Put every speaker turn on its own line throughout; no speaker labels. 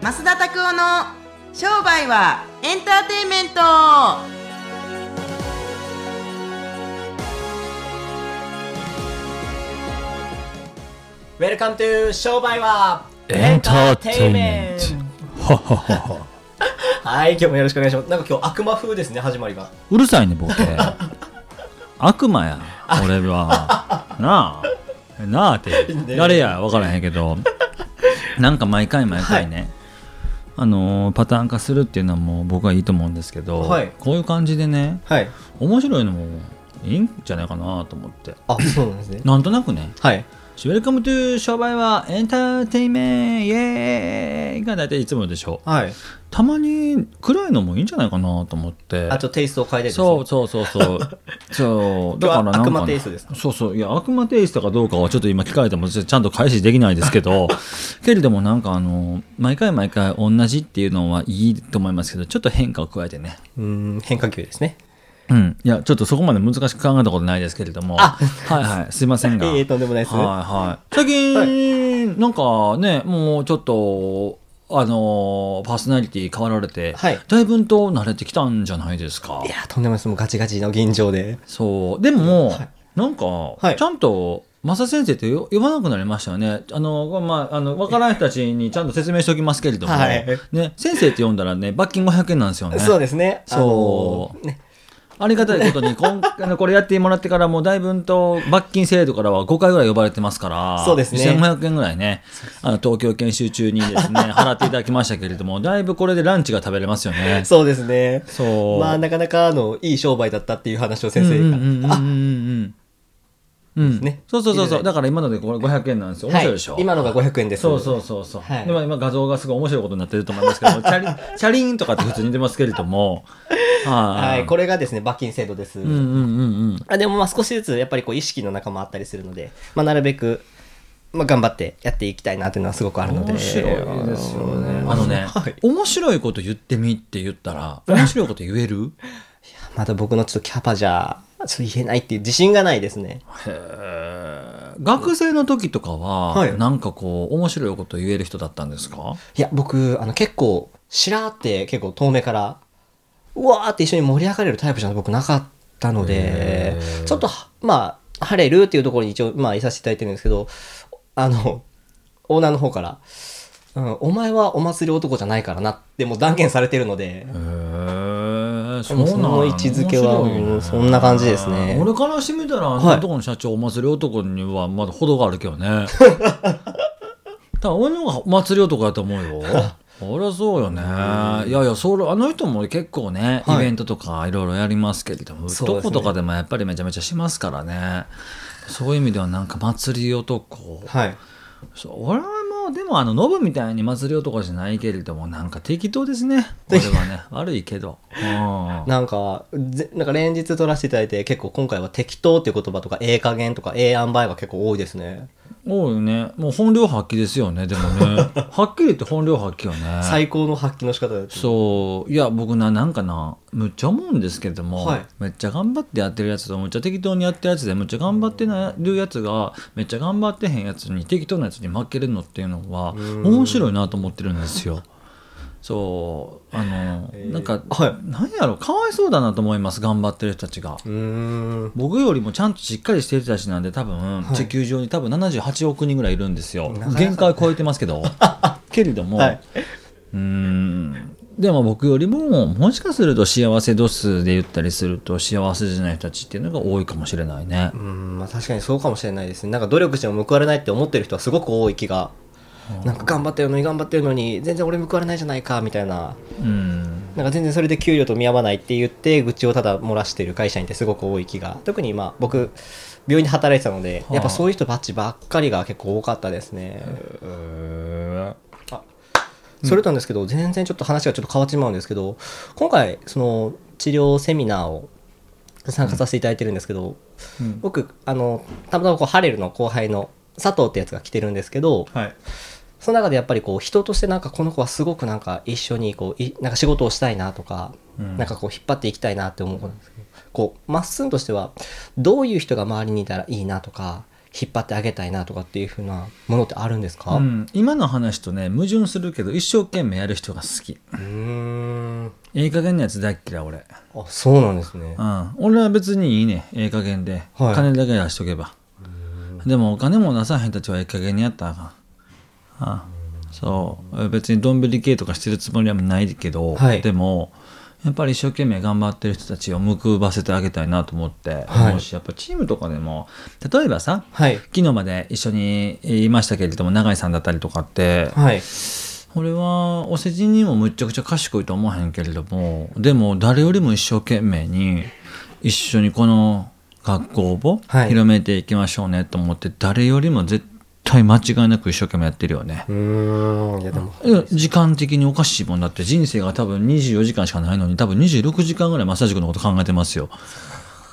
増田拓夫の商売はエンターテインメント
ウェルカムトゥ商売は
エンターテインメント。はははは。
トはい今日もよろしくお願いしますなんか今日悪魔風ですね始まりが
うるさいね、ボケ。悪魔や、俺は。なあ。なあって
ね、
誰や分からへんけど、なんか毎回毎回ね、あのーパターン化するっていうのはもう僕はいいと思うんですけど、
はい
こういう感じでね、
はい
面白いのもいいんじゃないかなと思って。
あそうなんですね
なんとなくね、
はい
ウェルカムトゥ商売はエンターテインメントイエーイが大体いつもでしょう。
はい
たまに暗いのもいいんじゃないかなと思って
あちょっとテイストを変えてですね
そうそうそうそう そうだからなんか
悪魔テイストですか
そうそういや悪魔テイストかどうかはちょっと今聞かれてもちょちゃんと開始できないです けどけれどもなんかあの毎回毎回同じっていうのはいいと思いますけどちょっと変化を加えてね
うーん変化球ですね
うんいやちょっとそこまで難しく考えたことないですけれども
あ
はいはいすいませんが
ええとんでもないです
はいはい最近、なんかねもうちょっとあのーパーソナリティ変わられて、
はい
だいぶんと慣れてきたんじゃないですか
いやーとんでもないですもうガチガチの現状で
そうでも、
はい
なんか、
い
ちゃんとマサ先生ってよ呼ばなくなりましたよね。あの、まあ、あの、わからない人たちにちゃんと説明しておきますけれども、
はい
ね、先生って呼んだらね、罰金500円なんですよね。
そうですね
そ
あ
う
のーね
ありがたいことに、こん あのこれやってもらってからもうだいぶんと罰金制度からは5回ぐらい呼ばれてますから、
そうですね
1500円ぐらいね、あの東京研修中にで すね、払っていただきましたけれども、だいぶこれでランチが食べれますよね。
そうですね
そう。
まあなかなかあのいい商売だったっていう話を先生
うん
が、
うんうんうんうんうん。うん
ね
そうそうそう
いろ
そ。
いうろ
だから今のでこれ500円なんですよ。面
はい
白いでしょ。
今のが500円です
そうそうそうそう。
はい
でも今画像がすごい面白いことになってると思いま すけど、チャリチャリーンとかって普通に出ますけれども、は。
はいい、これがですね罰金制度です、
うんうんうんうん。
あでもまあ少しずつやっぱりこう意識の中もあったりするので、まあ、なるべく、まあ、頑張ってやっていきたいなというのはすごくあるので
面白いですよね。あのね、
はい
面白いこと言ってみって言ったら、面白いこと言える
まだ僕のちょっとキャパじゃちょっと言えないっていう自信がないですね
へー学生の時とかは、
はい
なんかこう、面白いこと言える人だったんですか
いや僕あの結構しらーって結構遠目からうわーって一緒に盛り上がれるタイプじゃ僕なかったので
へー
ちょっとまあ晴れるっていうところに一応まあいさせていただいてるんですけどあのオーナーの方から、うん「お前はお祭り男じゃないからな」ってもう断言されてるので
へーそ
もうその位置づけは
面白いね
うんそんな感じですね
俺からしてみたら、あの
はい
男の社長、お祭り男にはまだ程があるけ どね。多分俺の方がお祭り男だと思 うよ。そりゃそうよね。いやいや、それあの人も結構ね、
はい
イベントとかいろいろやりますけれども、
そうですね
男とかでもやっぱりめちゃめちゃしますからね。そういう意味ではなんか祭り男。
はい
そう俺はもうでもあのノブみたいに祭り男じゃないけれどもなんか適当ですね俺は ね悪いけど、うん
なんかぜなんか連日撮らせていただいて結構今回は「適当」っていう言葉とか「ええ加減」とか「ええ塩梅が結構多いですね
多いよねもう本領発揮ですよねでもね はっきり言って本領発揮よね
最高の発揮の仕方です
そういや僕ななんかなむっちゃ思うんですけども、
はい
めっちゃ頑張ってやってるやつとむっちゃ適当にやってるやつでむっちゃ頑張ってなるやつがめっちゃ頑張ってへんやつに適当なやつに負けるのっていうのは面白いなと思ってるんですよ。そうあの、
えー
なんか、
は
なんやろかわいそうだなと思います頑張ってる人たちが
うーん
僕よりもちゃんとしっかりしてる人たちなんで多分、
い
地球上に多分78億人ぐらいいるんですよ
なかなか
限界を超えてま すけどけれども、
はいう
ーんでも僕よりももしかすると幸せ度数で言ったりすると幸せじゃない人たちっていうのが多いかもしれないね
う、んまあ確かにそうかもしれないですねなんか努力しても報われないって思ってる人はすごく多い気がなんか頑張ってるのに頑張ってるのに全然俺報われないじゃないかみたいな
うん、
なんか全然それで給料と見合わないって言って愚痴をただ漏らしてる会社員ってすごく多い気が特にまあ僕病院で働いてたので
はあ
やっぱそういう人たちばっかりが結構多かったですねそれなんですけど、全然ちょっと話がちょっと変わってしまうんですけど今回その治療セミナーを参加させていただいてるんですけど、
うん
僕あのたまたまこうハレルの後輩の佐藤ってやつが来てるんですけど
はい、
その中でやっぱりこう人としてなんかこの子はすごくなんか一緒にこういなんか仕事をしたいなとか、
うん
なんかこう引っ張っていきたいなって思う子なんですけどこうまっすんとしてはどういう人が周りにいたらいいなとか引っ張ってあげたいなとかっていうふうなものってあるんですかう
う、
ん
今の話とね矛盾するけど一生懸命やる人が好き
ーん
ええ加減なやつ大っ嫌い俺、
あそうなんですね
うん、俺は別にいいねんええ加減で、
はい
金だけ出しとけばでもお金も出さへんたちはええ加減にやったらあかんあそう別にどんぶり系とかしてるつもりはないけど、
はい
でもやっぱり一生懸命頑張ってる人たちを報わせてあげたいなと思って
はい
思うし、やっぱチームとかでも例えばさ
はい
昨日まで一緒にいましたけれども永井さんだったりとかって、
はい
俺はお世辞にもむっちゃくちゃ賢いとは思わへんけれどもでも誰よりも一生懸命に一緒にこの学校を
はい
広めていきましょうねと思って、誰よりも絶対間違いなく一生懸命やってるよね
う、ーんいやでも
いや時間的におかしいもんだって人生が多分24時間しかないのに多分26時間ぐらい正治君のこと考えてますよ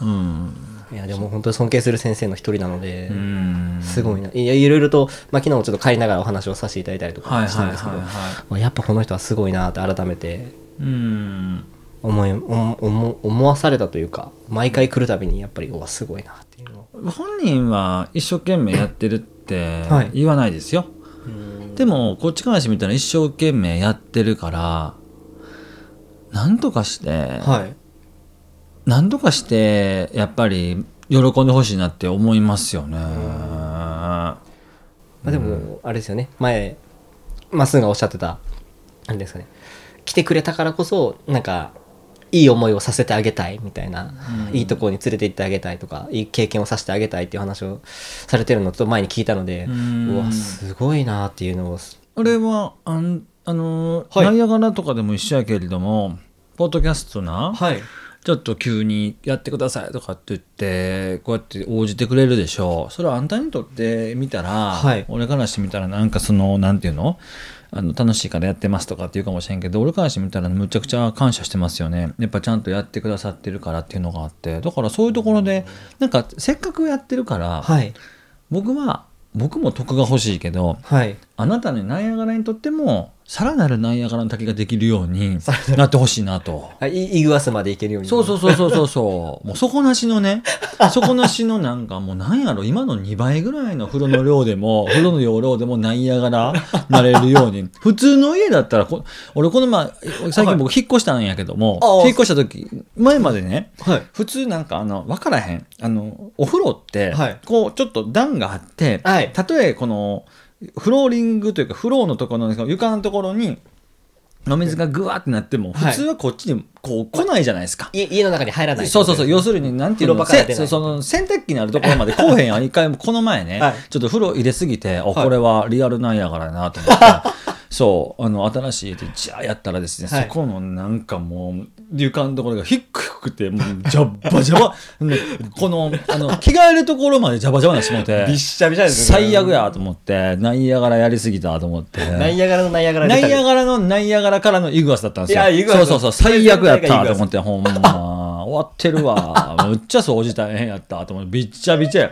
うん
いやでも本当に尊敬する先生の一人なので
うん
すごいないやいろいろと、まあ、昨日もちょっと帰りながらお話をさせていただいたりと
はい
かし
は
たん
いはい
ですけど、
は
まあやっぱこの人はすごいなって改めて
いうん
思い思思思わされたというか毎回来るたびにやっぱりうわすごいなっていうのを
本人は一生懸命やってるって
はい
言わないですよ、でもこっちからしてみたら一生懸命やってるからなんとかして、
はい
なんとかしてやっぱり喜んでほしいなって思いますよね、
まあ、でもあれですよね前まっすぐがおっしゃってたあれですかね来てくれたからこそなんかいい思いをさせてあげたいみたいな、いいところに連れて行ってあげたいとかいい経験をさせてあげたいっていう話をされてるのと前に聞いたので、
う
うんわすごいなっていうのを
俺はあんあのー
はい
ナイアガラとかでも一緒やけれどもポッドキャストな、
はい
ちょっと急にやってくださいとかって言ってこうやって応じてくれるでしょうそれはあんたにとってみたら、
はい
俺からしてみたらなんかそのなんていうのあの楽しいからやってますとかって言うかもしれんけど俺からしてみたらむちゃくちゃ感謝してますよねやっぱちゃんとやってくださってるからっていうのがあってだからそういうところでなんかせっかくやってるから、
はい
僕は僕も得が欲しいけど
はい
あなたのナイアガラにとってもさらなるナイアガラの滝ができるようになってほしいなと。
あいいぐわすまでいけるように
そうそうそうそうそうそう。もう底なし のね、底なしのなんかもうなんやろ、今の2倍ぐらいの風呂の量でも、風呂の容量でもナイアガラなれるように。普通の家だったらこ、俺この前、最近僕引っ越したんやけども、
ああ
引っ越した時、前までね、
はい
普通なんかあの、わからへん。あの、お風呂って、
はい
こうちょっと段があって、
はい
たとえこの、フローリングというか、フローのところの床のところに、お水がぐわーってなっても、
はい
普通はこっちにこう来ないじゃないですか。
家家の中に入らない
そうそうそう、要
よ
するに、なんていうの、
風呂場から
せ
出
そ
な
う
い
その洗濯機のあるところまでこうへ んやん、一回もこの前ね、
はい
ちょっと風呂入れすぎて、お
はい
これはリアルなんやからなと思って、 そう、あの、新しい家で、じゃあやったらですね、
はい
そこのなんかもう、床のところが低くて、もう、ジャッバジャバ、 ねこの、あの、着替えるところまでジャバジャバなしもうて
びっ、しゃびしゃですね
最悪やと思って、ナイアガラやりすぎたと 思って。
ナイアガラのナイアガラ
ナ
出たり
イアガラのナイアガラからのイグアスだったんですよ。
いやイグアス
そうそうそう、最悪やったと思って、ほ んま、終わってるわ。むっちゃ掃除大変やったと思って、びっちゃびちゃや。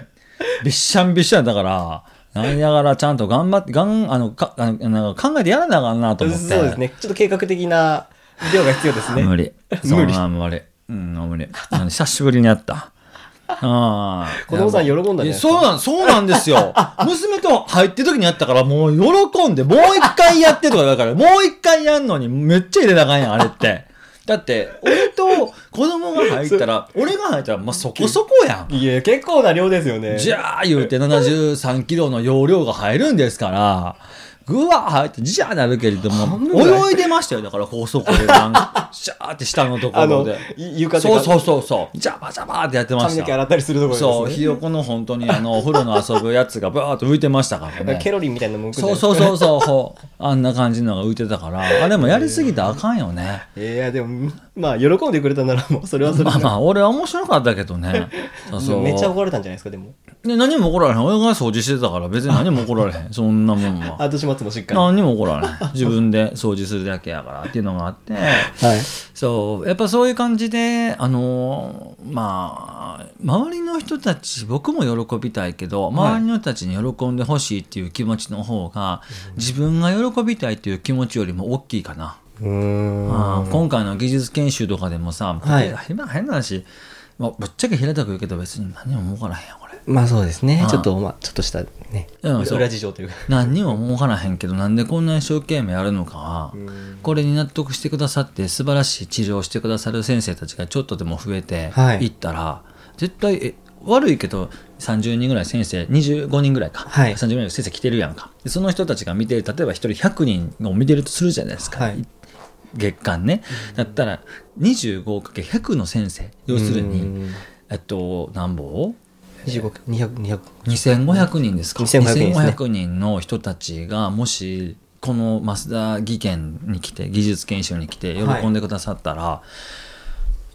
びっしゃんびっしゃやったから、ナイアガラちゃんと頑張って、がんあのかあのなんか考えてやらなあかんなと思って。
そうですねちょっと計画的な量が必要ですね
無理。
無理
そんな無理。うん、無理。あの久しぶりに会った。ああ。
子供さん喜んだんじゃないですか
そうなん、そうなんで すよ。娘と入ってる時にやったから、もう喜んで、もう一回やってとかだから、もう一回やんのにめっちゃ入れなあかんやん、あれって。だって、俺と子供が入っ たら、俺が入ったら、まあ、そこそこやん。
いや結構な量ですよね
じゃあ言うて73キロの容量が入るんですから、ぐわー入って、じゃあなるけれど
半
も、
分ぐらい
泳いでましたよ。だから放送庫で、なん かシャーって下のとこ
あ
ろ
の
で。
い床と
そう
か
そうそうそう。ジャバジャバーってやってま
髪
し
の毛洗
た。
ったりするとこ
そ
ろ
う、
です
ひ
ね
よこの本当にあの、お風呂の遊ぶやつがバーっと浮いてましたからね。
ケロリンみたいなのもん
そうそうそうそうそう。あんな感じのが浮いてたから、あれもやりすぎたらあかんよね。
いやいやでもまあ喜んでくれたならもうそ れはそれで
まあまあ、俺は面白かったけどね。そうそう
めっちゃ怒られたんじゃないですかでも
で何も怒られへん。俺が掃除してたから別に何も怒られへん。そんなもんは。
後始末もしっかりは
何にも怒られない自分で掃除するだけやからっていうのがあって
い
そうやっぱそういう感じであのまあ周りの人たち僕も喜びたいけ
は
ど
い
周りの人たちに喜んでほしいっていう気持ちの方が自分が喜びたいっていう気持ちよりも大きいかな。
うーん
あー今回の技術研修とかでもさ、
はい
今変な話まあ、ぶっちゃけ平たく言うけど別に何も儲からへんやこれ
まあそうです
う
ね
ん
ちょっとまあちょっとしたね
うんそう
裏事情というか
何にも儲からへんけどなんでこんな一生懸命やるのかはこれに納得してくださって素晴らしい治療をしてくださる先生たちがちょっとでも増えて
はい
いったら、絶対え悪いけど30人ぐらい先生25人ぐらいか、
はい
30人ぐらい先生来てるやんかでその人たちが見てる例えば1人100人を見てるとするじゃないですか、
はい
月間ねだったら 25×100 の先生要するにえっと何本
2500200
2500人です
2500
か
人ですね
2500人の人たちがもしこの増田技研に来て技術研修に来て喜んでくださったら、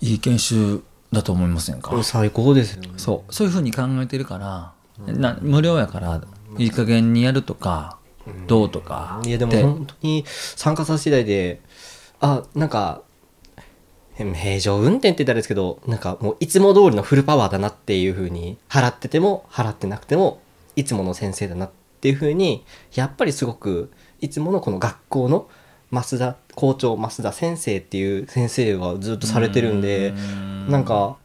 い、い研修だと思いませんか、
最高ですよね
そうそういうふうに考えてるから、な無料やからいい加減にやるとか、どうとか
いやでも
って
本当に参加させていただいてあなんかへ平常運転って言ったらあれですけどなんかもういつも通りのフルパワーだなっていうふうに払ってても払ってなくてもいつもの先生だなっていうふうにやっぱりすごくいつものこの学校の増田校長増田先生っていう先生はずっとされてるんで
うん
なんか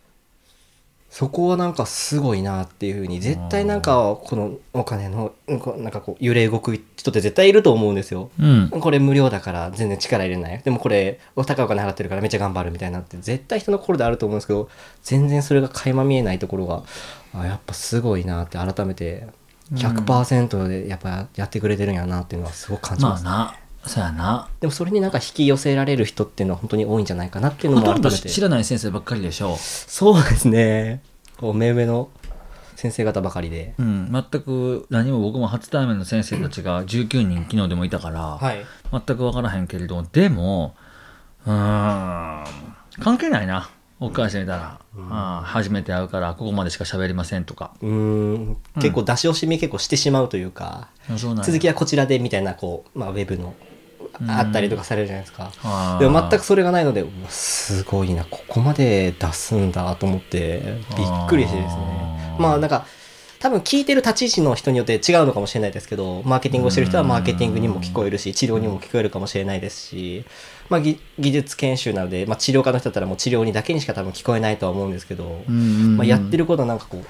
そこはなんかすごいなっていうふうに絶対なんかこのお金のうんこうなんかこう揺れ動く人って絶対いると思うんですよ。
うん
これ無料だから全然力入れないでもこれお高いお金払ってるからめっちゃ頑張るみたいなって絶対人の心であると思うんですけど全然それが垣間見えないところがあやっぱすごいなって改めて100%でやっぱやってくれてるんやなっていうのはすごく感じ
ま
ま
あ
す、
なそうやな
でもそれになんか引き寄せられる人っていうのは本当に多いんじゃないかなっていうの
ほ
も改
とん
め
ど
て
知らない先生ばっかりでしょ
そうですね。こう目上の先生方ばかりで。
うん、全く何も僕も初対面の先生たちが19人昨日でもいたから、
い。
全く分からへんけれどもでもうーん関係ないな僕からしてみたら、ああ初めて会うからここまでしか喋りませんとか
うーん。結構出し惜しみ結構してしまうというか、
そうなんや
続きはこちらでみたいな、こう、まあ、ウェブの、あったりとかされるじゃないですか。
ああ
でも全くそれがないので、うわすごいな、ここまで出すんだと思って、びっくりしてですね
あ。ー
まあなんか、多分聞いてる立ち位置の人によって違うのかもしれないですけど、マーケティングをしてる人はマーケティングにも聞こえるし、治療にも聞こえるかもしれないですし、まあ、技技術研修なので、まあ、治療家の人だったらもう治療にだけにしか多分聞こえないとは思うんですけど、
うんうんうん
まあ、やってることはなんかこう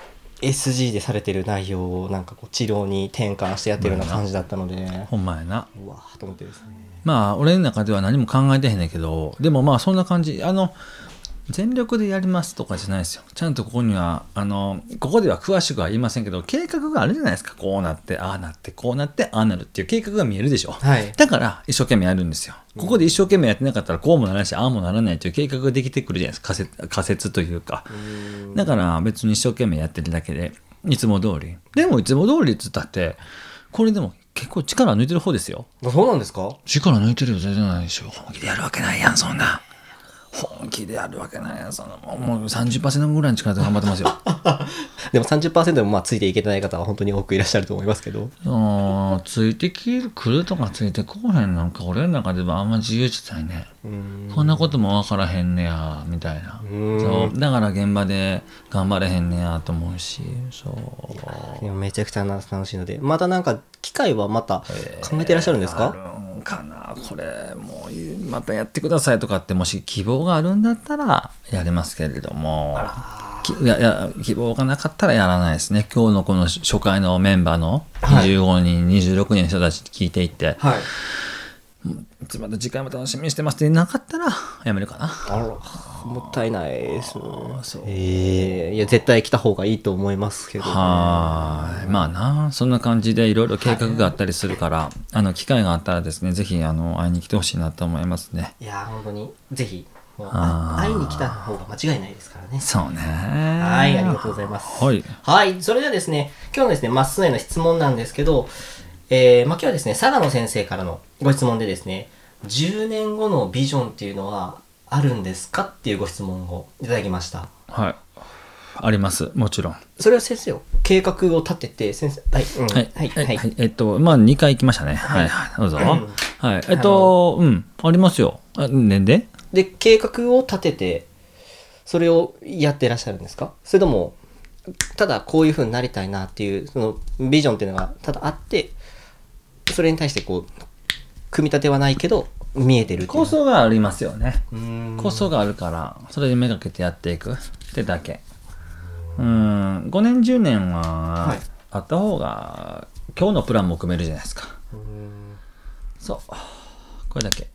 SG でされてる内容をなんかこう治療に転換してやってるような感じだったので、
ほんまやな
うわーと思ってですね。
まあ俺の中では何も考えてへんねんけどでもまあそんな感じあの全力でやりますとかじゃないですよちゃんとここにはあのここでは詳しくは言いませんけど計画があるじゃないですかこうなってああなってこうなってああなるっていう計画が見えるでしょ、
はい
だから一生懸命やるんですよここで一生懸命やってなかったらこうもならないしああもならないという計画ができてくるじゃないですか仮説仮説というかだから別に一生懸命やってるだけでいつも通りでもいつも通りっつったってこれでも結構力抜いてる方ですよ
あそうなんですか
力抜いてるよ全然ないでしょ本気でやるわけないやんそんな本気でやるわけないやんそんなもうもう30%ぐらいの力で頑張ってますよ
でも30%でもまあついていけてない方は本当に多くいらっしゃると思いますけど。
あーついてきるくるとかついてこうへんなんか俺の中ではあんま自由自在ねこんなことも分からへんねやみたいな
うん
そうだから現場で頑張れへんねやと思うしそう
いやめちゃくちゃな楽しいので、またなんか機会はまた考えていらっしゃるんです
あ
か、
るんかなこれもう言うまたやってくださいとかってもし希望があるんだったらやりますけれどもきいやいや希望がなかったらやらないですね今日のこの初回のメンバーの
はい
25人、26人の人たち聞いていって
はい。
いつまで次回も楽しみにしてますってなかったらやめるかな
あら、もったいないですね。
そう
ええいや、絶対来た方がいいと思いますけど、
はいまあなそんな感じでいろいろ計画があったりするから、あの機会があったらですねぜひあの会いに来てほしいなと思いますね
いやー、本当に、ぜひ、もう
あー
会いに来た方が間違いないですからね。
そうね
はい、ありがとうございます。
はい
はい、それではですね、今日のですね、まっすーへの質問なんですけど、えー、まあ今日はですね、佐賀野先生からのご質問でですね、10年後のビジョンっていうのはあるんですかっていうご質問をいただきました。
はい。あります。もちろん。
それは先生を計画を立てて、先生、はい、うん
はい。
はい、
え
はい。
えっと、まあ、2回行きましたね。はい。はいどうぞ。はい。えっと、うん。ありますよ。あねんで
で、計画を立てて、それをやってらっしゃるんですかそれとも、ただこういう風になりたいなっていう、そのビジョンっていうのがただあって、それに対してこう、組み立てはないけど、見えてるっていう
構想がありますよね。
うーん
構想があるから、それにめがけてやっていく。ってだけうん5年10年は
はい
あった方が今日のプランも組めるじゃないですかそうこれだけ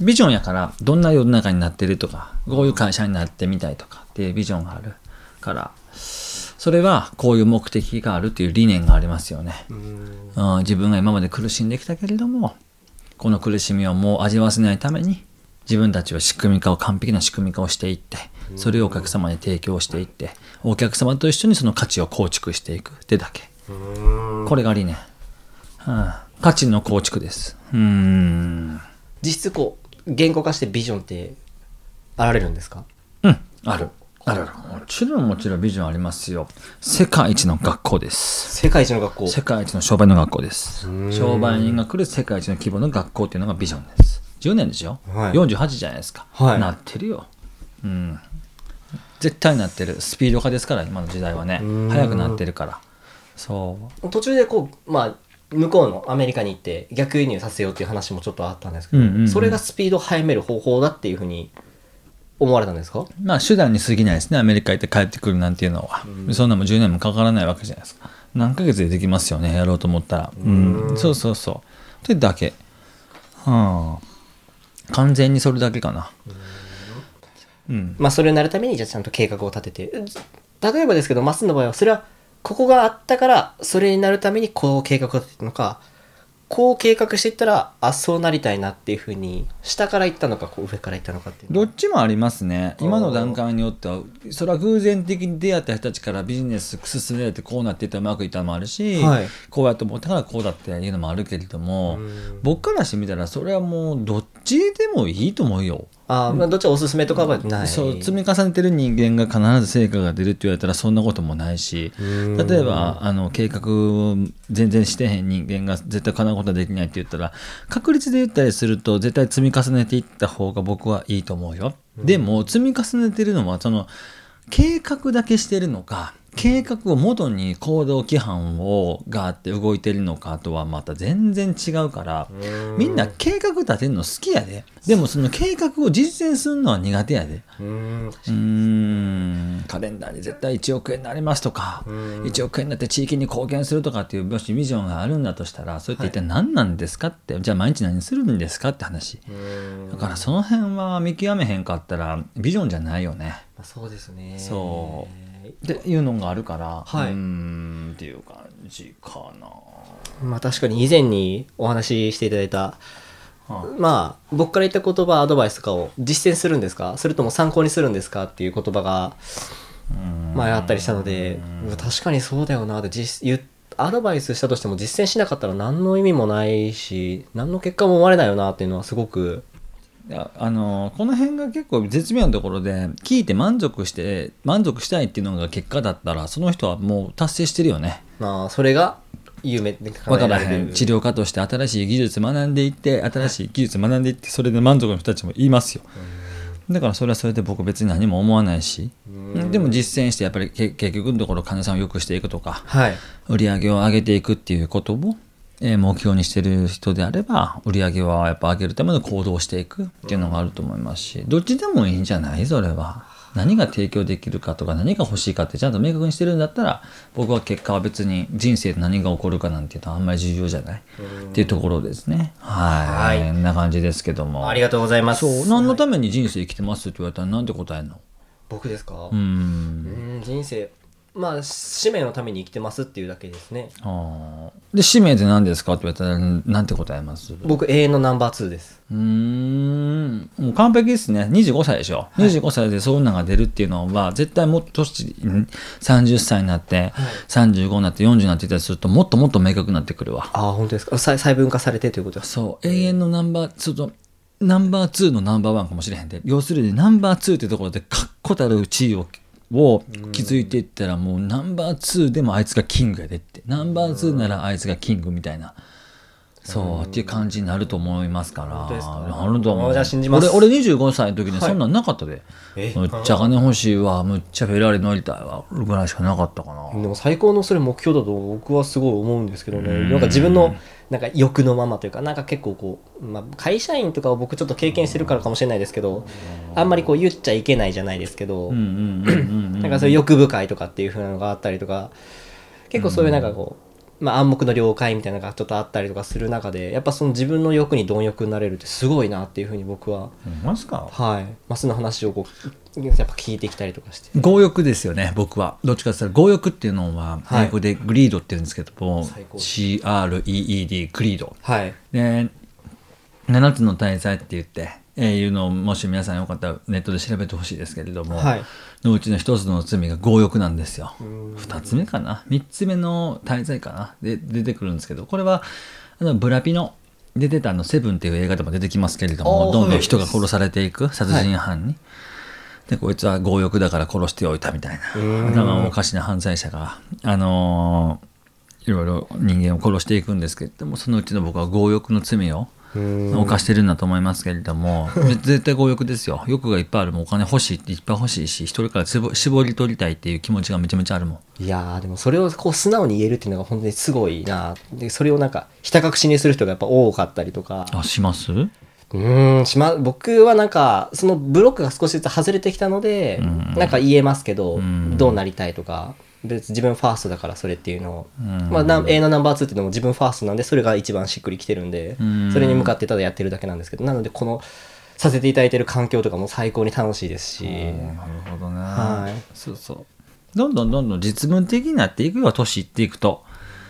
ビジョンやからどんな世の中になってるとかこういう会社になってみたいとかっていうビジョンがあるからそれはこういう目的があるっていう理念がありますよね、うん、自分が今まで苦しんできたけれどもこの苦しみをもう味わわせないために自分たちは仕組み化を完璧な仕組み化をしていってそれをお客様に提供していってお客様と一緒にその価値を構築していくってだけこれが理念、うん、価値の構築ですうーん
実質こう言語化してビジョンってあられるんですか
うんあるあるあるもちろんもちろんビジョンありますよ世界一の学校です
世界一の学校
世界一の商売の学校です商売人が来る世界一の規模の学校っていうのがビジョンです10年でしょ、
はい
48じゃないですか、
はい
なってるようん絶対なってるスピード化ですから今の時代はね
うん
早くなってるからそう
途中でこうまあ向こうのアメリカに行って逆輸入させようっていう話もちょっとあったんですけど、
うんうんうん
それがスピードを早める方法だっていうふうに思われたんですか
まあ手段に過ぎないですねアメリカ行って帰ってくるなんていうのは、そんなもん10年もかからないわけじゃないですか何ヶ月でできますよねやろうと思ったらうんそうそうそうってだけはあ完全にそれだけかなうん
まあそれになるためにじゃあちゃんと計画を立てて例えばですけどマスの場合はそれはここがあったからそれになるためにこう計画を立てたのかこう計画していったらあそうなりたいなっていうふうに下から行ったのかこう上から行ったのかっていうの
ど
は
っちもありますね今の段階によってはそれは偶然的に出会った人たちからビジネス進められてこうなっていったらうまくいったのもあるし、
はい
こうやって思ったからこうだっていうのもあるけれども僕からしてみたらそれはもうどっちでもいいと思うよ。
あー、まあ、どっちがおすすめとかはない
そう積み重ねてる人間が必ず成果が出るって言われたらそんなこともないし
ん
例えばあの計画を全然してへん人間が絶対叶うことはできないって言ったら確率で言ったりすると絶対積み重ねていった方が僕はいいと思うよ。でも積み重ねてるのはその計画だけしてるのか計画を元に行動規範をがあって動いてるのかとはまた全然違うからみんな計画立てるの好きやででもその計画を実践するのは苦手やで
うーん
うーんカレンダーに絶対1億円になりますとか1億円になって地域に貢献するとかっていうもしビジョンがあるんだとしたらそれって一体何なんですかって、じゃあ毎日何するんですかって話だからその辺は見極めへんかったらビジョンじゃないよね。
まあそうですね
そうっていうのがあるから、
はいう
ーんっていう感じかな。
まあ確かに以前にお話ししていただいた、
は
まあ僕から言った言葉アドバイスとかを実践するんですかそれとも参考にするんですかっていう言葉がまああったりしたので確かにそうだよなって実言っアドバイスしたとしても実践しなかったら何の意味もないし何の結果も生まれないよなっていうのはすごく
いやあのこの辺が結構絶妙なところで聞いて満足して満足したいっていうのが結果だったらその人はもう達成してるよね。
まあそれが夢で考
わか
え
ら
られ
へ
る
ん治療家として新しい技術学んでいって新しい技術学んでいってそれで満足の人たちもいますよだからそれはそれで僕別に何も思わないしでも実践してやっぱりけ結局のところ患者さんを良くしていくとか
はい
売り上げを上げていくっていうことを、えー目標にしてる人であれば売り上げはやっぱ上げるための行動をしていくっていうのがあると思いますしどっちでもいいんじゃないそれは。何が提供できるかとか何が欲しいかってちゃんと明確にしてるんだったら僕は結果は別に人生で何が起こるかなんていうのはあんまり重要じゃないっていうところですねはい
はい
こんな感じですけども
ありがとうございます
そう何のために人生生きてますって言われたらなんて答えるの
僕ですかう
う
んん人生まあ使命のために生きてますっていうだけですね
あーで使命って何ですかって言われたらなんて答えます
僕永遠のナンバー2です
うーんもう完璧ですね25歳でしょ、25歳でそういうのが出るっていうのは絶対もっと年ん30歳になって、35になって40になっていたりするともっともっと明確になってくるわ
ああ本当ですか細細分化されてということです
そう永遠のナンバーちょっとナンバー2のナンバーワンかもしれへんで要するにナンバー2ってところで確固たる地位をを築いていったらもうナンバー2でもあいつがキングやでってナンバー2ならあいつがキングみたいな。そうっていう感じになると思いますから。
当ですか
なると思う。
じゃあ信じます
俺、俺25歳の時にそんなんなかったで。
え
むっちゃ金欲しいわ、むっちゃフェラーリ乗りたいわ、ぐらいしかなかったかな。
でも最高のそれ目標だと僕はすごい思うんですけどねなんか自分のなんか欲のままというかなんか結構こう、まあ、会社員とかを僕ちょっと経験してるからかもしれないですけどあんまりこう言っちゃいけないじゃないですけど、
うんうんうんうん うん
なんかそういう欲深いとかっていう風なのがあったりとか結構そういうなんかこう、まあ、暗黙の了解みたいなのがちょっとあったりとかする中でやっぱその自分の欲に貪欲になれるってすごいなっていう風に僕は
ほんまっすか
はいマスの話をこうやっぱ聞いてきたりとかして
強欲ですよね僕はどっちかって言ったら強欲っていうのは
はい
英語でグリードって言うんですけども、
最高
CREED グリード
はい
で7つの大罪って言って、えーいうのをもし皆さんよかったらネットで調べてほしいですけれども、
はい
のうちの一つの罪が強欲なんですよ2つ目かな3つ目の大罪かなで出てくるんですけどこれはあのブラピの出てたあの「セブンっていう映画でも出てきますけれど
あ
も
ー
どん
は
ど
い
ん人が殺されていく殺人犯に。でこいつは強欲だから殺しておいたみたいな頭おかしな犯罪者があのーいろいろ人間を殺していくんですけれどもそのうちの僕は強欲の罪を犯してるんだと思いますけれど も絶対強欲ですよ欲がいっぱいあるもんお金欲しいっていっぱい欲しいし一人からつぼ絞り取りたいっていう気持ちがめちゃめちゃあるもん
いやーでもそれをこう素直に言えるっていうのが本当にすごいなでそれをなんかひた隠しにする人がやっぱ多かったりとか
あします
うーんしま僕はなんかそのブロックが少しずつ外れてきたので、
ん
なんか言えますけど、
ん
どうなりたいとか別に自分ファーストだからそれっていうのを、
うん
まあ、な A のナンバー2っていうのも自分ファーストなんでそれが一番しっくりきてるんで、
うん
それに向かってただやってるだけなんですけどなのでこのさせていただいてる環境とかも最高に楽しいですし、
なるほどね、
はい
そうそうどんどんどんどん実務的になっていくよ年いっていくと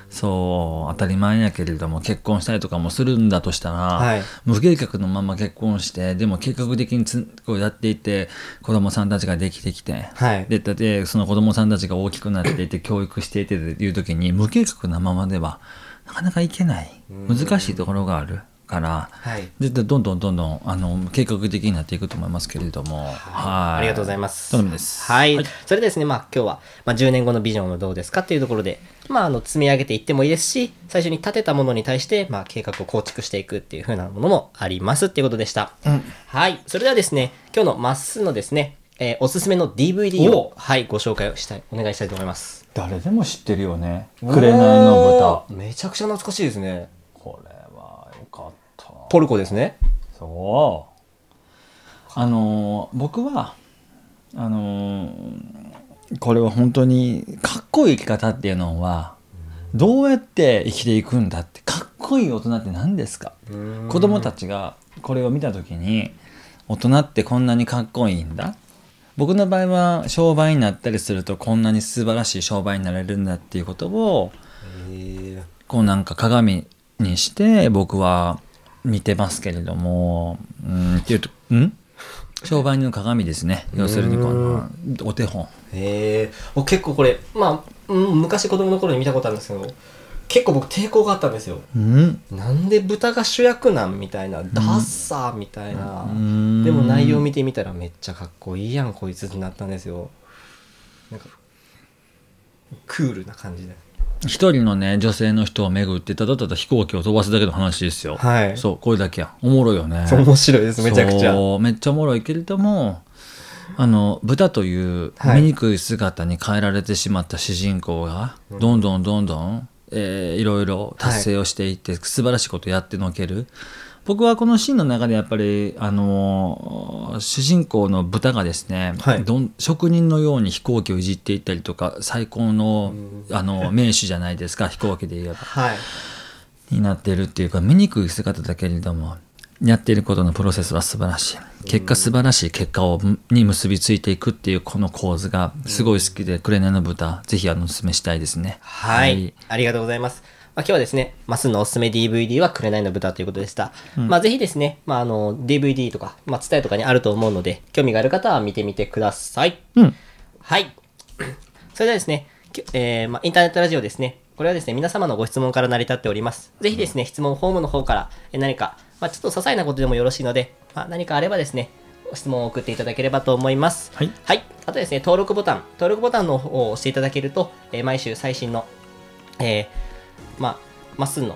そう当たり前やけれども結婚したりとかもするんだとしたら、
はい
無計画のまま結婚してでも計画的につこうやっていって子供さんたちができてきて、
はい
でだってその子供さんたちが大きくなってい て教育していてっていう時に無計画なままではなかなかいけない難しいところがあるから。
はい
ででどんどんどんどんあの計画的になっていくと思いますけれども、は
あ
い、
りがとうございます。
頼みです
はい。それでですね、まあ今日は、まあ、10年後のビジョンはどうですかっていうところで、まああの積み上げていってもいいですし、最初に立てたものに対して、まあ計画を構築していくっていう風なものもありますっていうことでした。はい。それではですね、今日のまっすーのですね、えーおすすめの DVD を、はい、ご紹介をしたい、お願いしたいと思います。
誰でも知ってるよね「紅の豚
豚。めちゃくちゃ懐かしいですね。」
これはよかった
ポルコですね。
そうあのー僕はあのーこれは本当にかっこいい生き方っていうのはどうやって生きていくんだってかっこいい大人って何ですか子供たちがこれを見た時に大人ってこんなにかっこいいんだ僕の場合は商売になったりするとこんなに素晴らしい商売になれるんだっていうことをこうなんか鏡にして僕は見てますけれどもうんっていうとうん商売人の鏡ですね要するにこのお手本
へえ僕結構これまあうん昔子供の頃に見たことあるんですけど結構僕抵抗があったんですよ
うん
なんで豚が主役なんみたいなダッサーみたいな、
ん
でも内容見てみたらめっちゃかっこいいやんこいつになったんですよなんかクールな感じで
一人のね女性の人を巡ってただただ飛行機を飛ばすだけの話ですよ、
はい
そうこれだけやおもろいよね
そう面白いですめちゃくちゃ
そうめっちゃおもろいけれどもあの豚という
はい
醜い姿に変えられてしまった主人公がどんどんどんどん、えーいろいろ達成をしていって、素晴らしいことやってのける僕はこのシーンの中でやっぱり、あのー主人公の豚がですね、
はい
どん職人のように飛行機をいじっていったりとか最高のあの名手じゃないですか飛行機で言えば。
はい
になっているっていうか醜い姿だけれどもやっていることのプロセスは素晴らしい結果素晴らしい結果をに結びついていくっていうこの構図がすごい好きで「紅の豚」ぜひあのおすすめしたいですね
はい、ありがとうございます。まあ、今日はですね、マスのおすすめ DVD は紅の豚ということでした。まあぜひですね、まああの DVD とか、まあ伝えとかにあると思うので、興味がある方は見てみてください。
うん
はい。それではですね、きえーまあ、インターネットラジオですね、これはですね、皆様のご質問から成り立っております。ぜひですね、質問フォームの方から、えー何か、まあ、ちょっと些細なことでもよろしいので、まあ、何かあればですね、質問を送っていただければと思います。
はい
あとですね、登録ボタン、登録ボタンの方を押していただけると、えー毎週最新の、えーまあ、まっすーの、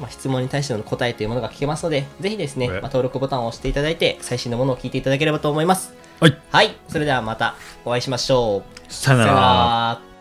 まあ、質問に対しての答えというものが聞けますので、ぜひですね、
え
まあ、登録ボタンを押していただいて、最新のものを聞いていただければと思います。
はい
はい、それではまたお会いしましょう。
さよ
さよ
な
な
ら
ら。